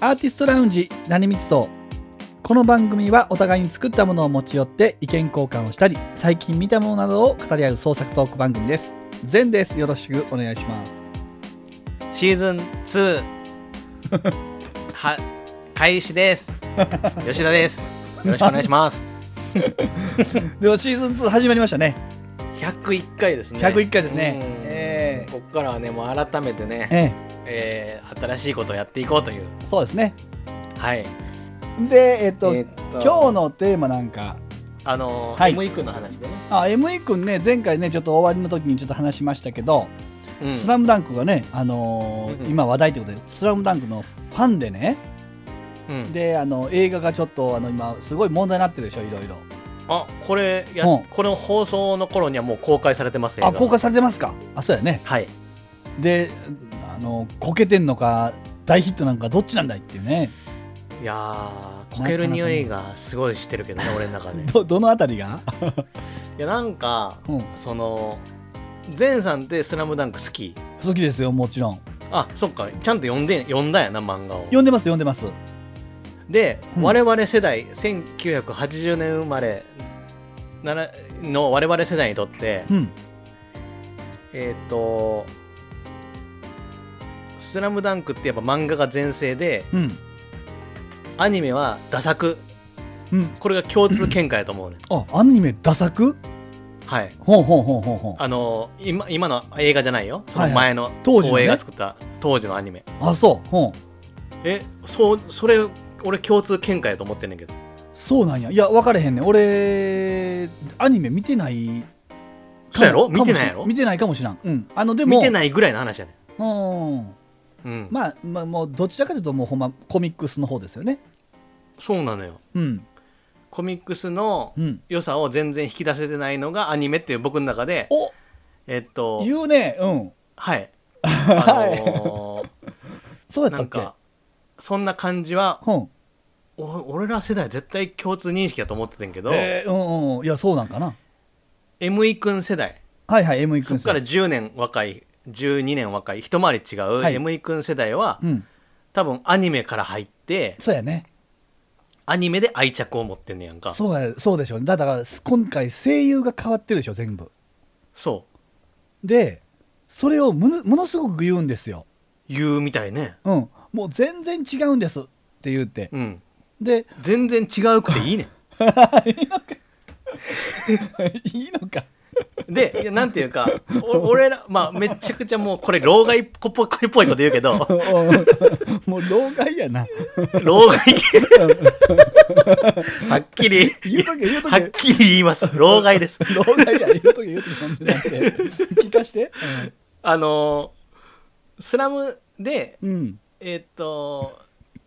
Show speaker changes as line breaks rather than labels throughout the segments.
アーティストラウンジ何みつそうこの番組はお互いに作ったものを持ち寄って意見交換をしたり最近見たものなどを語り合う創作トーク番組です全ですよろしくお願いします
シーズン2は開始です吉田ですよろしくお願いします
ではシーズン2始まりましたね
101回ですね
101回ですね
うん
えー
ここからはねもう改めてね、
え
えー新しいことをやっていこうという
えそうですね
はい
でえっと,、
えーっと
今日のテーマなんか
あのー、
はい
ME 君の話でね
あ ME 君ね前回ねちょっと終わりの時にちょっと話しましたけど「
うん
スラムダンクがね、あのー
うんうん
今話題ということで「スラムダンクのファンでね
うん
であの映画がちょっとあの今すごい問題になってるでしょいろいろ
あこれや、
うん
この放送の頃にはもう公開されてます
あ公開
さ
されてますかあそうやね
はい
であのこけてんのか大ヒットなんかどっちなんだいっていうね
いやーこける匂いがすごいしてるけどね俺の中 でい
どどのあたりが、
やなんか
うん、
その前さんって「スラムダンク好き
好きですよもちろん
あそっかちゃんと読んで読んだんやな漫画を
読んでます読んでます
で、
うん
我々世代1980年生まれならの我々世代にとって
うん
えっ、と「スラムダンクってやっぱ漫画が全盛で
うん
アニメはダ作
うん
これが共通見解やと思うね
あアニメダ作
はい
ほうほうほうほうほう
あの今今の映画じゃないよその
はいはい
前の
当時のね
映画作った当時のアニメ
あそうほう
えそうそれ俺共通見解やと思ってんねんけど
そうなんやいや分かれへんねん俺アニメ見てないかも
そうやろ
かもし
見てないやろ
見てないかもしらんうんあのでも
見てないぐらいの話やね
うん
んうん
まあ、まあ、もうどちらかというともうほんまコミックスの方ですよね
そうなのよ
うん
コミックスの
うん
良さを全然引き出せてないのがアニメっていう僕の中で
お
えっと
言うねうん
はいあの
そうやっ
ー、な
た
ん
っけ
かそんな感じは
うん
お俺ら世代絶対共通認識だと思ってたんやけど、
えーうんうんいやそうなんかな
M 井君世代
はいはい ME
そ
君
っから10年若い12年若い一回り違う
はい
M 井君世代は、
うん
多分アニメから入って
そうやね
アニメで愛着を持ってんねやんか
そうやそうでしょうねだから今回声優が変わってるでしょ全部
そう
でそれをものものすごく言うんですよ
言うみたいね
うんもう全然違うんですって言って
うん
で
全然違うくていいねん
いいの か
で、いやなんていうか、お俺ら、まあ、めちゃくちゃもう、これ、老害っぽいっぽいこと言うけど、
もう老害やな
老害系。はっきり、
言うとけ言うと
はっ
け
きり言います。老害です。
老害や言うとけ言うとけなんでなんで聞かして
あのースラムで、
うん、うん
えーっと、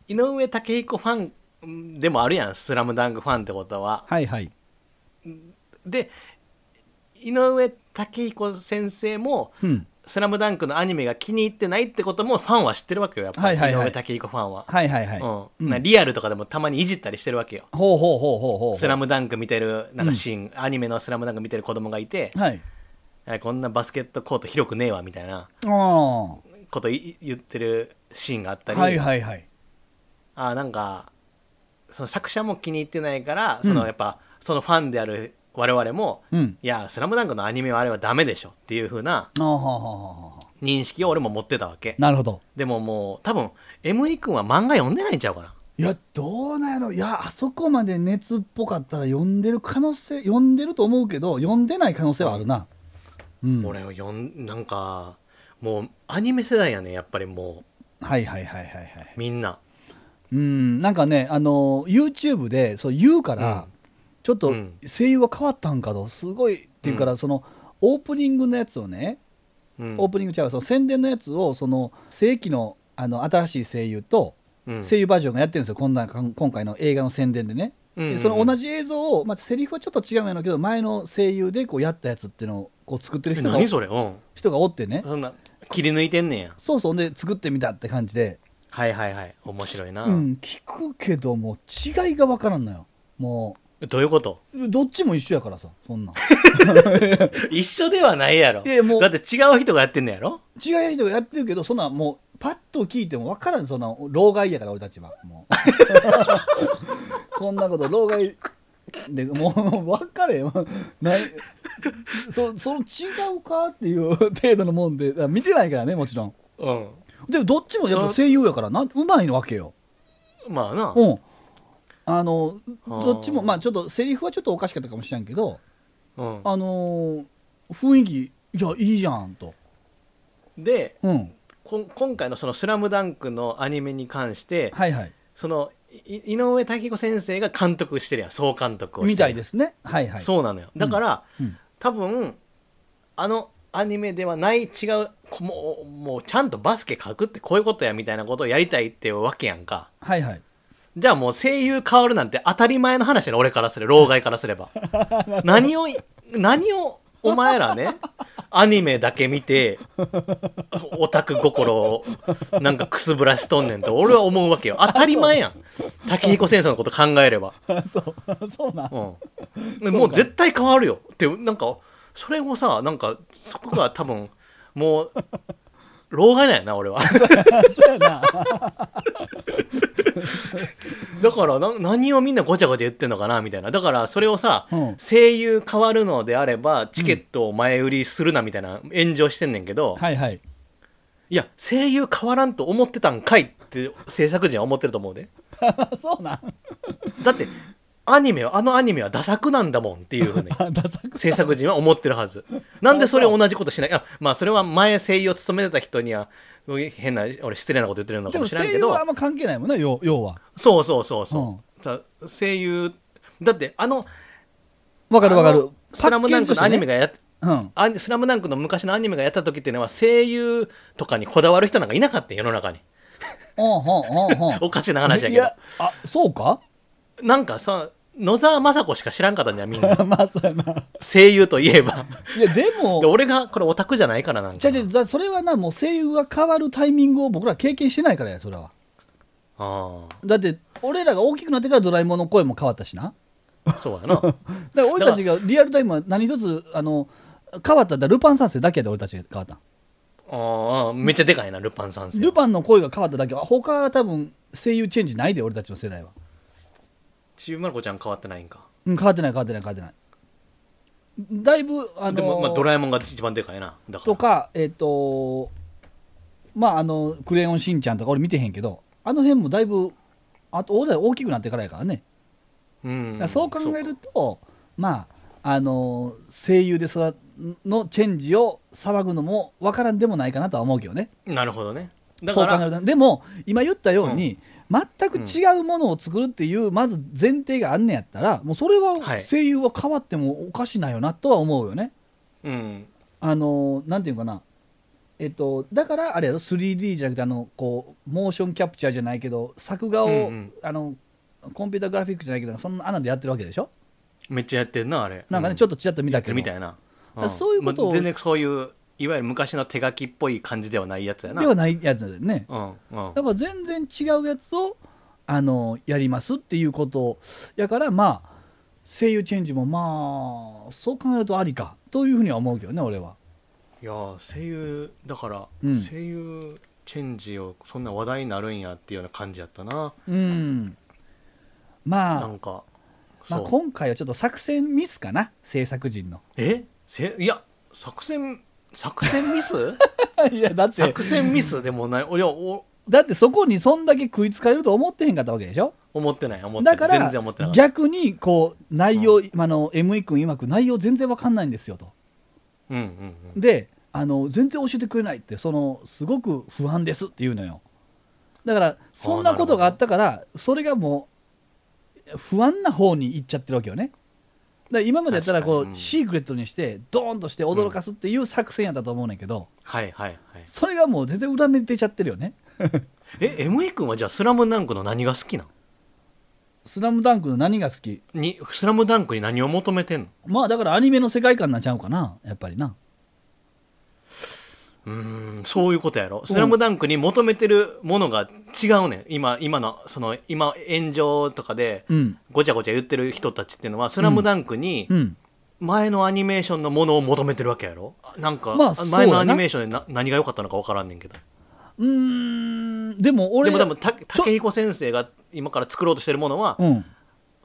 井上武彦ファンでもあるやん、スラムダンクファンってことは。
はいはい
で、井上武彦先生も、
うん
スラムダンクのアニメが気に入ってないってこともファンは知ってるわけよ、やっぱり。
はいはいはい
井上武彦ファンは。
はいはいはい、
うん、なリアルとかでもたまにいじったりしてるわけよ。
ほうほうほうほうほう
スラムダンク見てるなんかシーン、アニメのスラムダンク見てる子供がいて、
はい
えこんなバスケットコート広くねえわみたいな
ああ
ことい言ってるシーンがあったり、
はいはいはい
あなんかその作者も気に入ってないから、
うん
そのやっぱそのファンである我々も、
うん
いや、スラムダンクのアニメはあれはダメでしょっていう風な
あーはーはーはーはー
認識を俺も持ってたわけ。
なるほど
でももう多分 ME 君は漫画読んでないんちゃうかな。
いやどうなんやろいやあそこまで熱っぽかったら読んでる可能性読んでると思うけど読んでない可能性はあるなうんはい
俺を読んなんかもうアニメ世代やねやっぱりも
はいはいはいはい、
うみんな
うん、なんかねあの YouTube でそう言うから、
うん
ちょっと
うん
声優が変わったんかとすごいっていうから、そのオープニングのやつをね
うん
オープニングちゃうわその宣伝のやつをその正規のあの新しい声優と
うん
声優バージョンがやってるんですよ、こんな今回の映画の宣伝でね、
うん
でその同じ映像を、まあ、セリフはちょっと違うんやろうけど前の声優でこうやったやつっていうのをこう作ってる
え
人が
何それうん
人がおってね
そんな切り抜いてんねんや
そうそうで作ってみたって感じで、
はいはいはい面白いな、
うん、聞くけども違いが分からんのよも
どういうこと
うどっちも一緒やからさそんなん
一緒ではないやろ
いやもう
だって違う人がやってんのやろ
違う人がやってるけどそんなんもうパッと聞いても分からんその老害やから俺たちはもう こんなこと老害でもう分かれへんわないそその違うかっていう 程度のもんでだから見てないからねもちろん
うん
でもどっちもやっぱ声優やからなんうまいのわけよ
まあな、
うんあの
あー
どっちもまあちょっとセリフはちょっとおかしかったかもしれんけど
うん
あのー雰囲気いやいいじゃんと
で
うん
こん今回の「そのスラムダンクのアニメに関して
はいはい
そのい井上武彦先生が監督してるやん総監督をしてる、
みたいですすねはいはい
そうなのよだから、
うん
多分あのアニメではない違うこもうもうちゃんとバスケ書くってこういうことやみたいなことをやりたいっていうわけやんか
はいはい
じゃあもう声優変わるなんて当たり前の話やね俺からすれば老害からすれば何を何をお前らねアニメだけ見てオタク心をなんかくすぶらしとんねんって俺は思うわけよ当たり前やん武彦先生のこと考えれば
そう、そうなん。
うん、もう絶対変わるよってなんかそれもさなんかそこが多分もう老害なんやな俺はだからな何をみんなごちゃごちゃ言ってんのかなみたいなだからそれをさ、
うん
声優変わるのであればチケットを前売りするなみたいな炎上してんねんけど、
はいはい。
いや声優変わらんと思ってたんかいって制作陣は思ってると思うで
そうなん。
だってアニメはあのアニメはダ作なんだもんっていう ふうに
あ、ダサく。
制作陣は思ってるはず。なんでそれを同じことしないあまあそれは前声優を務めてた人には変な俺失礼なこと言ってるの
で
か
も
もしれない
声
け
優
ど
はあんま関係ないもんね、要要は。
そうそうそうそう、さ声優だってあの
わかるわか
あ
る
の。スラムダンクのアニメ
が。
がやっ
うん。
あスラムダンクの昔のアニメがやった時っていうのは声優とかにこだわる人なんかいなかったよ世の中に
おんほん ほんほん。
おかしな話や
い
けど
や、あ、そうか
なんかさ野沢雅子しか知らんかったんじゃんみんな
まあ、そうやな。
声優といえ ば
いや、で
で
も、
俺がこれオタクじゃないからなん
じ
か
ゃ
な
じゃそれはな、もう声優が変わるタイミングを僕ら経験してないからや、それは。
あ
だって、俺らが大きくなってからドラえもんの声も変わったしな。
あそ うやな
だから俺たちがリアルタイムは何一つ、あの、変わったんだ、ルパン三世だけやで俺たちが変わったん。
ああ、めっちゃでかいな、ルパン三世。
ルパンの声が変わっただけは、他は多分声優チェンジないで、俺たちの世代は。
ちびまる子ちゃん変わってないんか。
うん、変わってない、変わってない、変わってない。だいぶ、あの
でも、まあ、ドラえもんが一番でかいな。だから。
とか、えっ、とまあ、あの、クレヨンしんちゃんとか俺見てへんけど、あの辺もだいぶ、あと、俺ら大きくなってからやからね。
うん
だからそう考えると、まあ、あの声優で育のチェンジを騒ぐのもわからんでもないかなとは思うけどね。
そうなるほどね。だ
そ
か
う考え
ら、
るとでも今言ったように、全く違うものを作るっていうまず前提があんねやったらもうそれは
はい
声優は変わってもおかしないよなとは思うよね。
うん。
あのなんていうかなえっと、だからあれやろ 3D じゃなくてあのこうモーションキャプチャーじゃないけど作画を、
うんうん
あのコンピューターグラフィックじゃないけどそんなあんなんでやってるわけでしょ
めっちゃやってんな、あれ。
なんかね、
う
ちょっとちらっと見たけど
みたいな。
だからそういうことを
まあ全然そういう、いわゆる昔の手書きっぽい感じではないやつやな。
ではないやつだよね、
うん、うん。
だから全然違うやつをあのやりますっていうことやからまあ声優チェンジもまあそう考えるとありかというふうには思うけどね俺は。
いやー、声優、だから、
うん
声優チェンジをそんな話題になるんやっていうような感じやったな。
うんま
な
あ
んか。
まあ、
そう
今回はちょっと作戦ミスかな制作陣 の。
えせいや作戦作戦 ミス
いやだっ
作戦ミスでもない俺はお
だってそこにそんだけ食いつかれると思ってへんかったわけでしょ
思ってない思って
だ
ない
から
全然思ってなかった
逆にこう内容、今の ME 君曰く内容全然わかんないんですよと。
うんうんうん
であの全然教えてくれないってそのすごく不安ですって言うのよだからそんなことがあったからそれがもう不安な方に行っちゃってるわけよねだから今までやったらこ
確かにう
うんシークレットにしてドーンとして驚かすっていう作戦やったと思うねんけど
はいはいはい
それがもう全然裏目に出ちゃってるよね
え ME 君はじゃあ「スラムダンクの何が好きな
「スラムダンクの何が好き
のに「スラムダンクに何を求めてんの
まあだからアニメの世界観なんちゃうかなやっぱりな
うーんそういうことやろ「スラムダンクに求めてるものが違うねん今今のその今炎上とかで
うん
ごちゃごちゃ言ってる人たちっていうのは「スラムダンクに
うん
前のアニメーションのものを求めてるわけやろなんか、
まあそうやな
前のアニメーションでな何が良かったのか分からんねんけど
うーんでも俺
でも多分た
ちょ
武彦先生が今から作ろうとしてるものは、
うん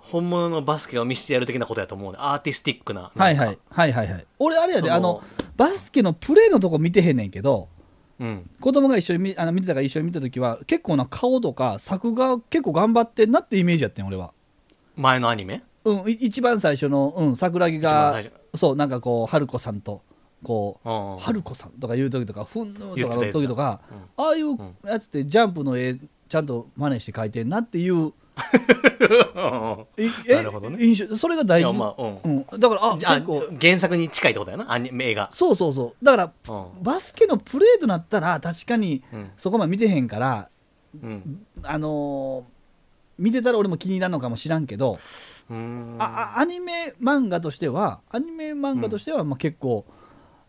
本物のバスケを見せてやる的なことやと思うねアーティスティックな
はい
なんか
はいはいはいはい俺あれやで
その
あのバスケのプレーのとこ見てへんねんけど
うん、
子供が一緒に見あの見てたから一緒に見た時は結構な顔とか作画結構頑張ってんなってイメージやってん俺は
前のアニメ
うんい一番最初の、うん、桜木
一番
が
最初
そうなんかこう春子さんとこ
う
うん春子さんとかいう時とかふんぬとか
言
の
ってた言って
時
た
とか
うん
ああいうやつってジャンプの絵ちゃんと真似して描いてんなっていういえ
なるほどね
印象それが大
いや
事、
まあうん
うん、だからあ
じゃあ
結構
原作に近いってことやなアニメ映画
そうそうそうだから
うん
バスケのプレーとなったら確かに
うん
そこまで見てへんから、
うん
あのー見てたら俺も気になるのかもしらんけど、
うーん
ああアニメ漫画としてはアニメ漫画としてはまあ結構、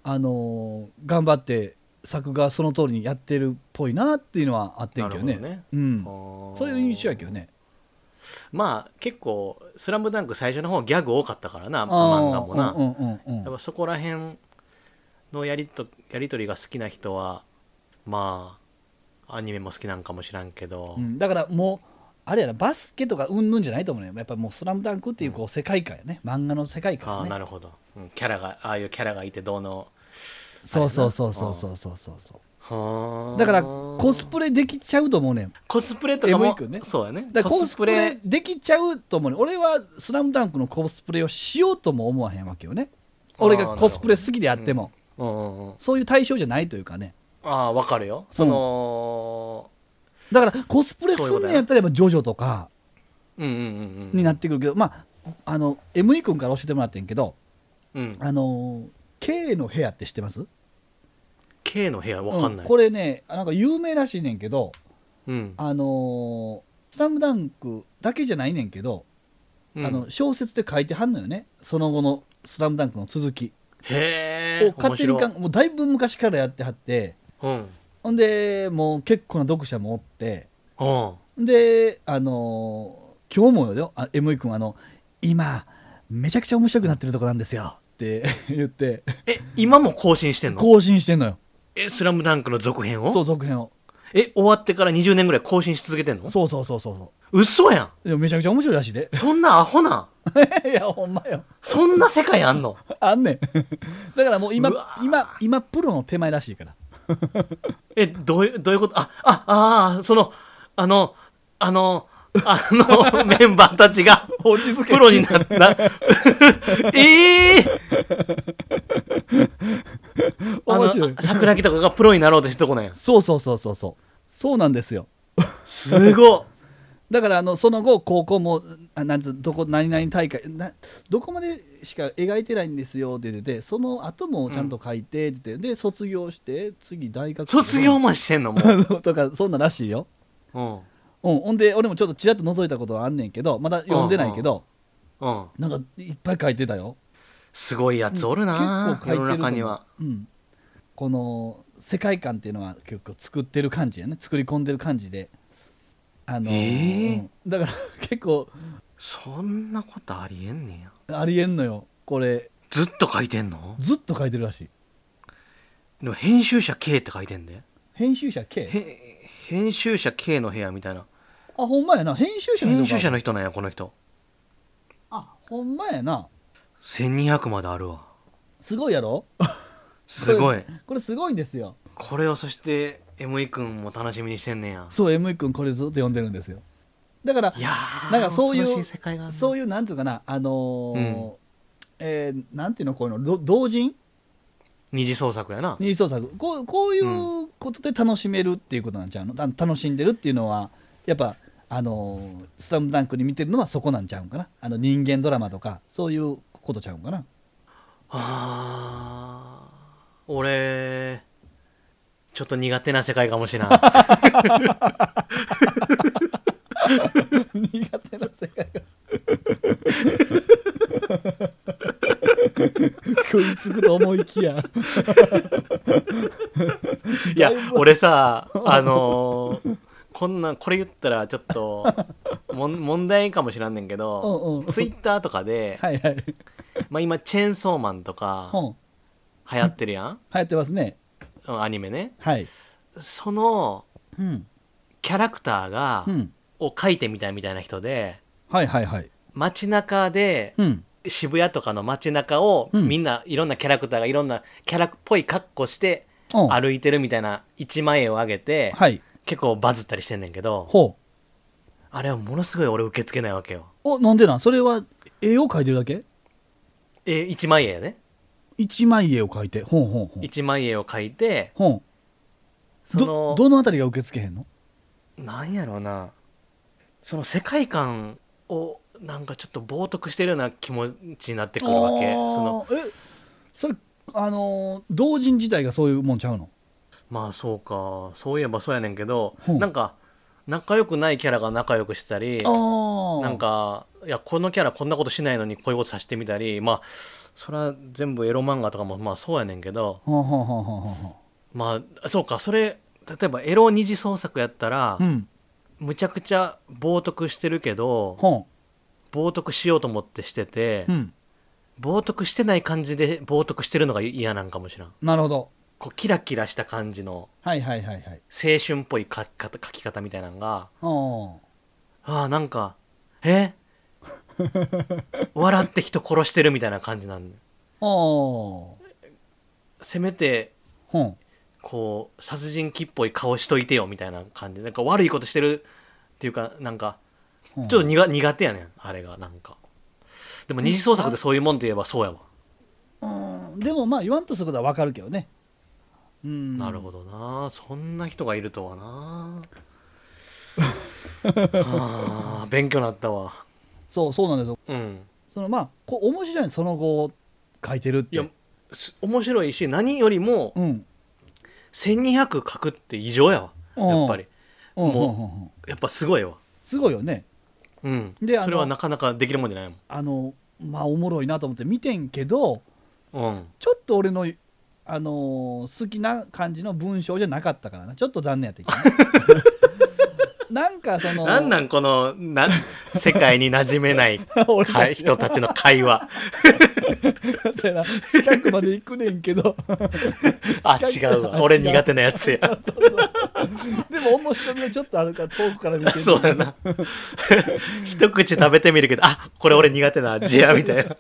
あのー頑張って作画その通りにやってるっぽいなっていうのはあってんけどね
なるほどね
うん、
あー
そういう印象やけどね
まあ結構「スラムダンク最初の方ギャグ多かったからな漫画もな、
あーうんうんうん
やっ
うん
ぱそこら辺のやりとやり取りが好きな人はまあアニメも好きなんかもしらんけど、
うん、だからもうあれやなバスケとかうんぬんじゃないと思うねやっぱもう「スラムダンクっていうこう世界観やね漫画の世界
あ
観
あ
やね
なるほど、うんキャラがああいうキャラがいてどうの
そうそうそうそうそうそうそう
はー
だからコスプレできちゃうと思うねん
コスプレとかも
ME 君ね
そうやね
だから
コ
コ
ス
ス
プ
プ
レ
レできちゃうと思うねん俺は「スラムダンクのコスプレをしようとも思わへんわけよね俺がコスプレ好きであっても、
うんうんうん
そういう対象じゃないというかね
ああわかるよその、
だからコスプレすんねんやったらやっぱジョジョとか
うん、うんうんうん
になってくるけど、まああの ME 君から教えてもらってんけど
うん
あのー K の部屋って知ってます
K の部屋わか
う
んない、
んこれねなんか有名らしいねんけど
うん
あのースラムダンクだけじゃないねんけど、
うん
あの小説で書いてはんのよねその後の「スラムダンクの続き
へえ
を勝手にかんもうだいぶ昔からやってはって
うんうん
ほんでもう結構な読者もおってであのー今日もよあ ME 君あの今めちゃくちゃ面白くなってるとこなんですよって 言って
え今も更新してんの
更新してんのよ
えスラムダンクの続編を
そう続編を
え終わってから20年ぐらい更新し続けてんの
そうそうそうそうそ
嘘やん
うでもめちゃくちゃ面白いらしいで
そんなアホない
やほんまよ
そんな世界あんの
あんねんだからもう今
うわ
今今プロの手前らしい から
えどういうどういうことああああそのあのあのあの メンバーたちが
落ち着け
プロになった ええあ
面白い
の桜木とかがプロになろうとしてるとこなんや
そうそうそうそうそうそうなんですよ
すごっ
だからあのその後高校もあなんつうどこ何々大会などこまでしか描いてないんですよって出ててその後もちゃんと書いてって言って、で卒業して次大学
卒業もしてんのも
とかそんならしいよ、
う
うん、ほんで俺もちょっとちらっと覗いたことはあんねんけどまだ読んでないけど、
うんうん
なんかいっぱい書いてたよ
すごいやつおるな
結構書いて
世
ると
の
思う
中には
うん、この世界観っていうのは結構作ってる感じやね作り込んでる感じであの、
えー
うんだから 結構
そんなことありえんねや
ありえんのよこれ
ずっと書いてんの
ずっと書いてるらしい
でも編集者 K って書いてんで
編集者 K
へ編集者 K の部屋みたいな
あほんまやな編集者の
編
人
集者
か
の人なんやこの人
あほんまやな
1200まであるわ
すごいやろ
すごい
これすごいんですよ
これをそして ME 君も楽しみにしてんねや
そう ME 君これずっと読んでるんですよだから
いやー
なんかそういう
恐ろし世界があるな
そういうなんていうかなあのー
うん
えーなんていうのこういうのど同人
二次創作やな
二次創作こうこういうことで楽しめるっていうことなんちゃうのた楽しんでるっていうのはやっぱあのースラムダンク」に見てるのはそこなんちゃうんかなあの人間ドラマとかそういうことちゃうんかな
あー俺ちょっと苦手な世界かもしれな
苦手な世界 が食いつくと思いきや
いいや 俺さあのーこんなんこれ言ったらちょっともん問題かもしらんねん け
うん
ど
うん
ツイッターとかで、
はいはい、
まあ、今チェーンソーマンと
うん、
か
流
流行ってるやん
行ってますね
うんアニメね
はい
その
うん。
キャラクターが、
うん。
を描いてみたいみたいな人で
はいはいはい。
街中で
うん。
渋谷とかの街中を、
うん
みんないろんなキャラクターがいろんなキャラっぽい格好して
うん。
歩いてるみたいな一枚絵を上げて、
はい。
結構バズったりしてんねんけど
ほう。
あれはものすごい俺受け付けないわけよ
お、なんでなんそれは、絵を描いてるだけ
え一枚絵やね
一枚絵を描いて。ほうほうほう。
一枚絵を描いて
ほう。
そ
ど
の、
どのあたりが受け付けへんの
なんやろうなその世界観をなんかちょっと冒涜してるような気持ちになってくるわ
あ
け
ー
その
え、それ、あのー、同人自体がそういうもんちゃうの
まあそうかそういえばそうやねんけど、
ほう
なんか仲良くないキャラが仲良くしてたり
ああ。
なん。かいやこのキャラこんなことしないのにこういうことさせてみたりまあそれは全部エロ漫画とかもまあそうやねんけど
はあ、はあはあはあは
まあそうかそれ例えばエロ二次創作やったら、
あ、うん。
むちゃくちゃ冒涜してるけど
ほ
冒涜しようと思ってしてて、
う。うん。
冒涜してない感じで冒涜してるのが嫌なんかもしらん
なるほど。
こうキラキラした感じの
はいはいはいはい。
青春っぽい書き方書き方みたいなのが
あ
ああなんかえ 笑って人殺してるみたいな感じなんだよ
あ。ああ。ほ
せめて
う。
こう殺人鬼っぽい顔しといてよみたいな感じなんか悪いことしてるっていうかなんか
ちょっ
ちょっと苦苦手やねんあれがなんかでも二次創作でそういうもんといえばそうやわ
うんでもまあ言わんとすることはわかるけどね。うん、
なるほどなそんな人がいるとはな はあ勉強になったわ
そうそうなんですよ
うん
そのまあこう面白いねその後を書いてるって
いやす面白いし何よりも
うん
1200書くって異常やわやっぱり
うんうんうん
もう
うんうん
やっぱすごいわ
すごいよね
うん
であの
それはなかなかできるもんじゃない
あのまあおもろいなと思って見てんけど
もんうん
ちょっと俺の、あのー好きな感じの文章じゃなかったからなちょっと残念やったけどね なんかその
なんなんこのな世界に馴染めない
俺
か
た
い
ち
人たちの会話
そうやな近くまで行くねんけど
あ違うわ俺苦手なやつや
でも面白みがちょっとあるから遠くから見てる
そうやな 一口食べてみるけどあこれ俺苦手な味やみたいな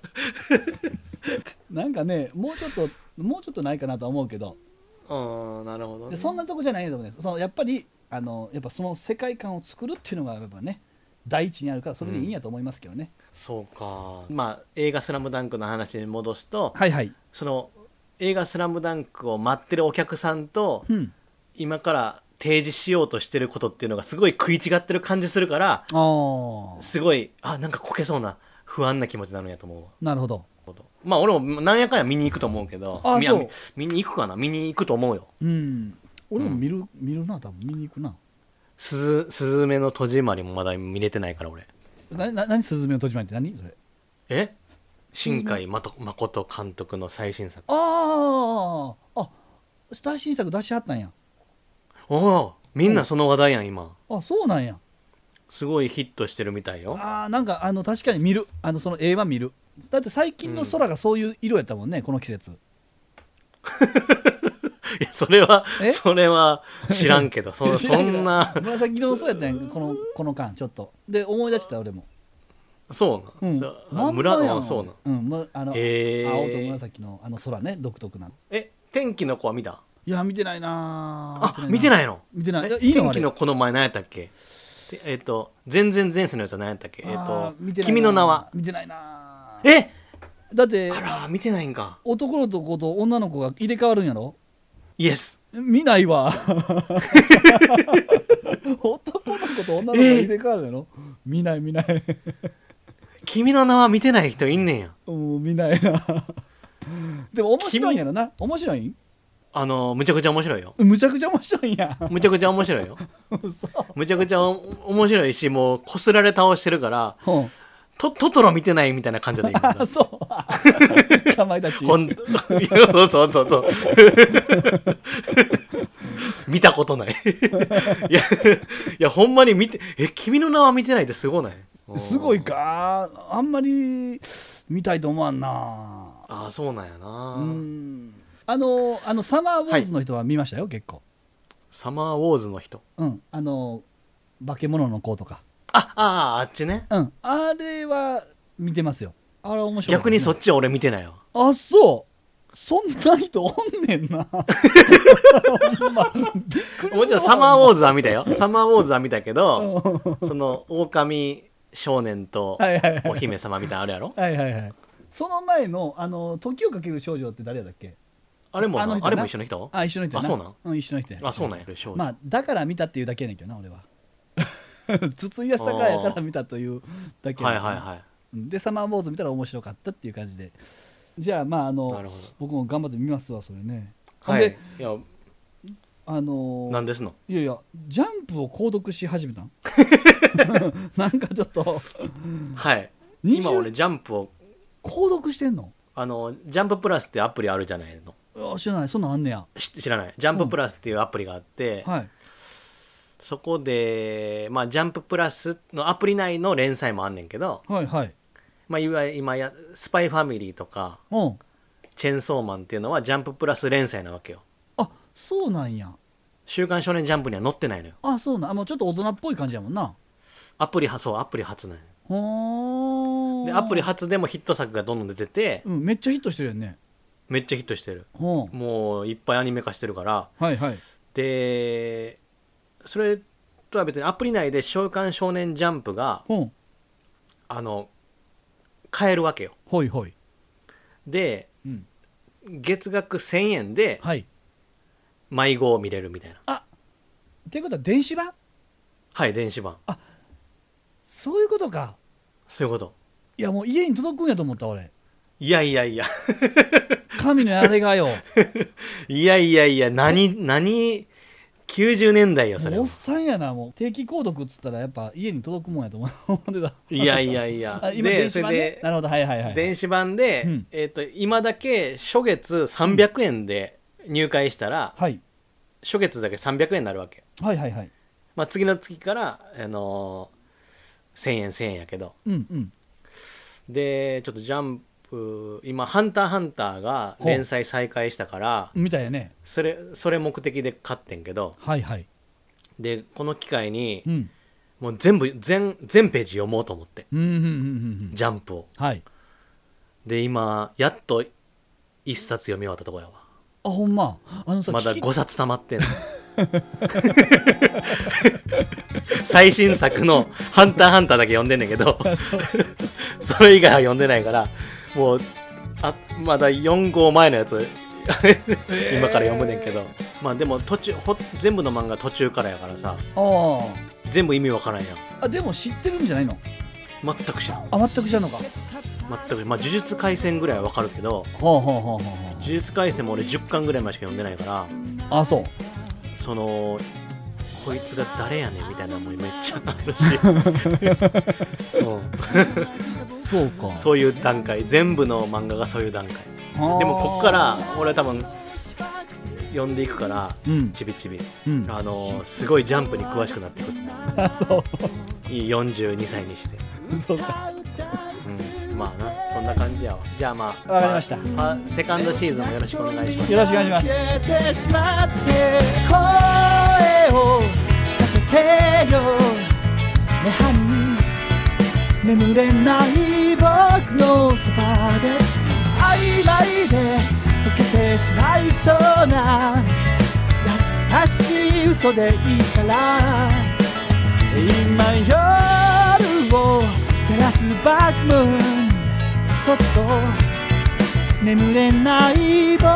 なんかねもうちょっともうちょっとないかなとは思うけど
うんなるほど、
でそんなとこじゃないと思うんですそのやっぱりあのやっぱその世界観を作るっていうのがやっぱね第一にあるからそれでいいんやと思いますけどね、
そうかまあ映画「スラムダンクの話に戻すと
はいはい
その映画「スラムダンクを待ってるお客さんと
うん
今から提示しようとしてることっていうのがすごい食い違ってる感じするから
ああ
すごいあなんかこけそうな不安な気持ちになるんやと思うわ
なるほど
まあ俺もなんやかんや見に行くと思うけど
あ
みや
そう
見に行くかな見に行くと思うよ
うん俺も見る、見るな多分見に行くな
すずすずめの戸締まりもまだ見れてないから俺
なな何「すずめの戸締まり」って何それ
え新海誠誠監督の最新作
あああ大新作出しはったんや
おおみんなその話題やん今
あそうなんや
すごいヒットしてるみたいよ
あーなんかあの確かに見るあのその映画見るだって最近の空がそういう色やったもんね、この季節
いやそれは
え
それは知らんけどそ
知ら
そ
けど
んな
紫色の空やったやんかこのこの間ちょっとで思い出した俺も
そう
う
なん
ん
そ
まんま
村
や
の
ん
そうなん
うんむあの、
へー
青と紫のあの空ね独特な
え天気の子は見た
いや見てないなー
あ見てないの
見てない
え
いやいいの
天
あ
気
れ
の子の前何やったっけてえっ、と全然前世のやつは何やったっけえっ、
あー見て
と
ないな
君の名は
見てないなー
え
だって
あら見てないんか
男の子と女の子が入れ替わるんやろ
イエス
見ないわ 男の子と女の子が入れ替わるんやろ見ない見ない
君の名は見てない人いんねんや
もう見ないなでも面白いんやろな面白いん
あのむちゃくちゃ面白いよ
むちゃくちゃ面白いんや
むちゃくちゃ面白いよむちゃくちゃお面白いしもうこすられ倒してるから
うん
トトトロ見てないみたいな感じだった
あ
今
そう。かまいたち。
ほんいやそうそうそうそう見たことないいやいやほんまに見てえ君の名は見てないってすごない
すごいか。あんまり見たいと思わんな。
ああそうなんやな、
うん。あの、あの、サマーウォーズの人は見ましたよ、結構。
サマーウォーズの人
うんあの化け物の子とか
ああーあっちね
うんあれは見てますよあれ面白い、
逆にそっ
ち
ちは俺見てないよ
あそうそんな人おんねん なほんまびっくり
もちろんサマーウォーズは見たよサマーウォーズは見たけど
ーズ
その狼少年と
はいはいはい
お姫様みたいなのあるやろ
はいはいはいその前の「あの時をかける少女」って誰やだっけ
あれも
あの人な
あれも一緒の人
あ一緒の人や
あそうなん
うん一緒の人や
あそうなんや少
ま
女
あだから見たっていうだけやねんけどな俺は 筒井康隆やから見たというだけや
は
ねん
い
けど
はいはい
うんでサマーウォーズ見たら面白かったっていう感じでじゃあまああ
なる
の
ほど
僕も頑張ってみますわそれねほん
はい
で
いや
あのー
何ですの
いやいやジャンプを購読し始めたん なんかちょっと
はい
20
今俺ジャンプを
購読してんの
あのジャンププラスってアプリあるじゃないの
あ知らないそんなんあんねや
し知らないジャンププラスっていうアプリがあって、
はい
そこで、まあ、ジャンププラスのアプリ内の連載もあんねんけど、
はいはい
まあ、いわゆる今やスパイファミリーとか
うん
チェンソーマンっていうのはジャンププラス連載なわけよ
あそうなんや
週刊少年ジャンプには載ってないのよ
あそうなんあもうちょっと大人っぽい感じやもんな
アプリはそうアプリ初なのよ
ほー
でアプリ初でもヒット作がどんどん出てて
うんめっちゃヒットしてるよね
めっちゃヒットしてる
ほう
もういっぱいアニメ化してるから
はいはい
でそれとは別にアプリ内で「週刊少年ジャンプが」
ほう
あの買えるわけよ
ほいほい
で
うん
月額1000円で
はい
迷子を見れるみたいな
っていうことは電子版
はい電子版
そういうことか
そういうこと
いやもう家に届くんやと思った俺
いやいやいや
神のあれ がよ
いやいやいや何何90年代よそ
も
れ
うお
は
っさんやなもう定期購読っつったらやっぱ家に届くもんやと思思ってた
いやいやいや
あ今電子版ね
で
なるほどはいはいはい
電子版で、
うん
えっと今だけ初月300円で入会したら、
はい
初月だけ300円になるわけ、
はいはいはい
まあ、次の月から、あのー1000円1000円やけど
うんうん
でちょっとジャンプ今「ハンターハンター」が連載再開したから
みたいやね
それそれ目的で買ってんけど
はいはい
でこの機会に
うん
もう全部全全ページ読もうと思って
うんうんうんうんうん
ジャンプを
はい
で今やっと1冊読み終わったとこやわ
あほんまあのさ
まだ
聞き
5冊溜まってんの 最新作の「ハンターハンター」だけ読んでんねんけ どそれ以外は読んでないからもうあまだ4号前のやつ今から読むねんけど、まあでも途中ほ全部の漫画途中からやからさ
あ
全部意味わからんやん
ああでも知ってるんじゃないの
全く知らん
あ全く知らんのか
全くまあ呪術廻戦ぐらいはわかるけど
ほうほうほうほうほ
呪術廻戦も俺10巻ぐらいまでしか読んでないから
うあそう
そのこいつが誰やねんみたいなのもめっちゃあるし、 う
そうか
ん、そういう段階全部の漫画がそういう段階でもこっから俺は多分読んでいくから
うん
ちびちび
うん
あのすごいジャンプに詳しくなっていく
あ そう
いい42歳にして、
そうか
うん、まあなそんな感じやわじゃあまあ
わかりました
あセカンドシーズンもよろしくお願いします
よろしくお願いします
てしまって声を聞かせてよ涅槃に眠れない僕のそばで曖昧で溶けてしまいそうな優しい嘘でいいから今夜を照らすバックムーンそっと眠れない僕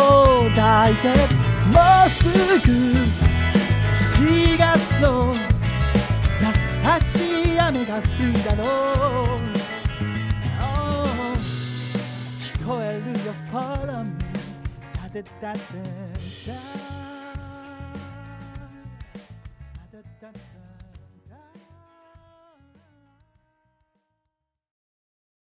を抱いてもうすぐ7月の優しい雨が降るだろう Oh 聞こえるよ Follow me だてだてだ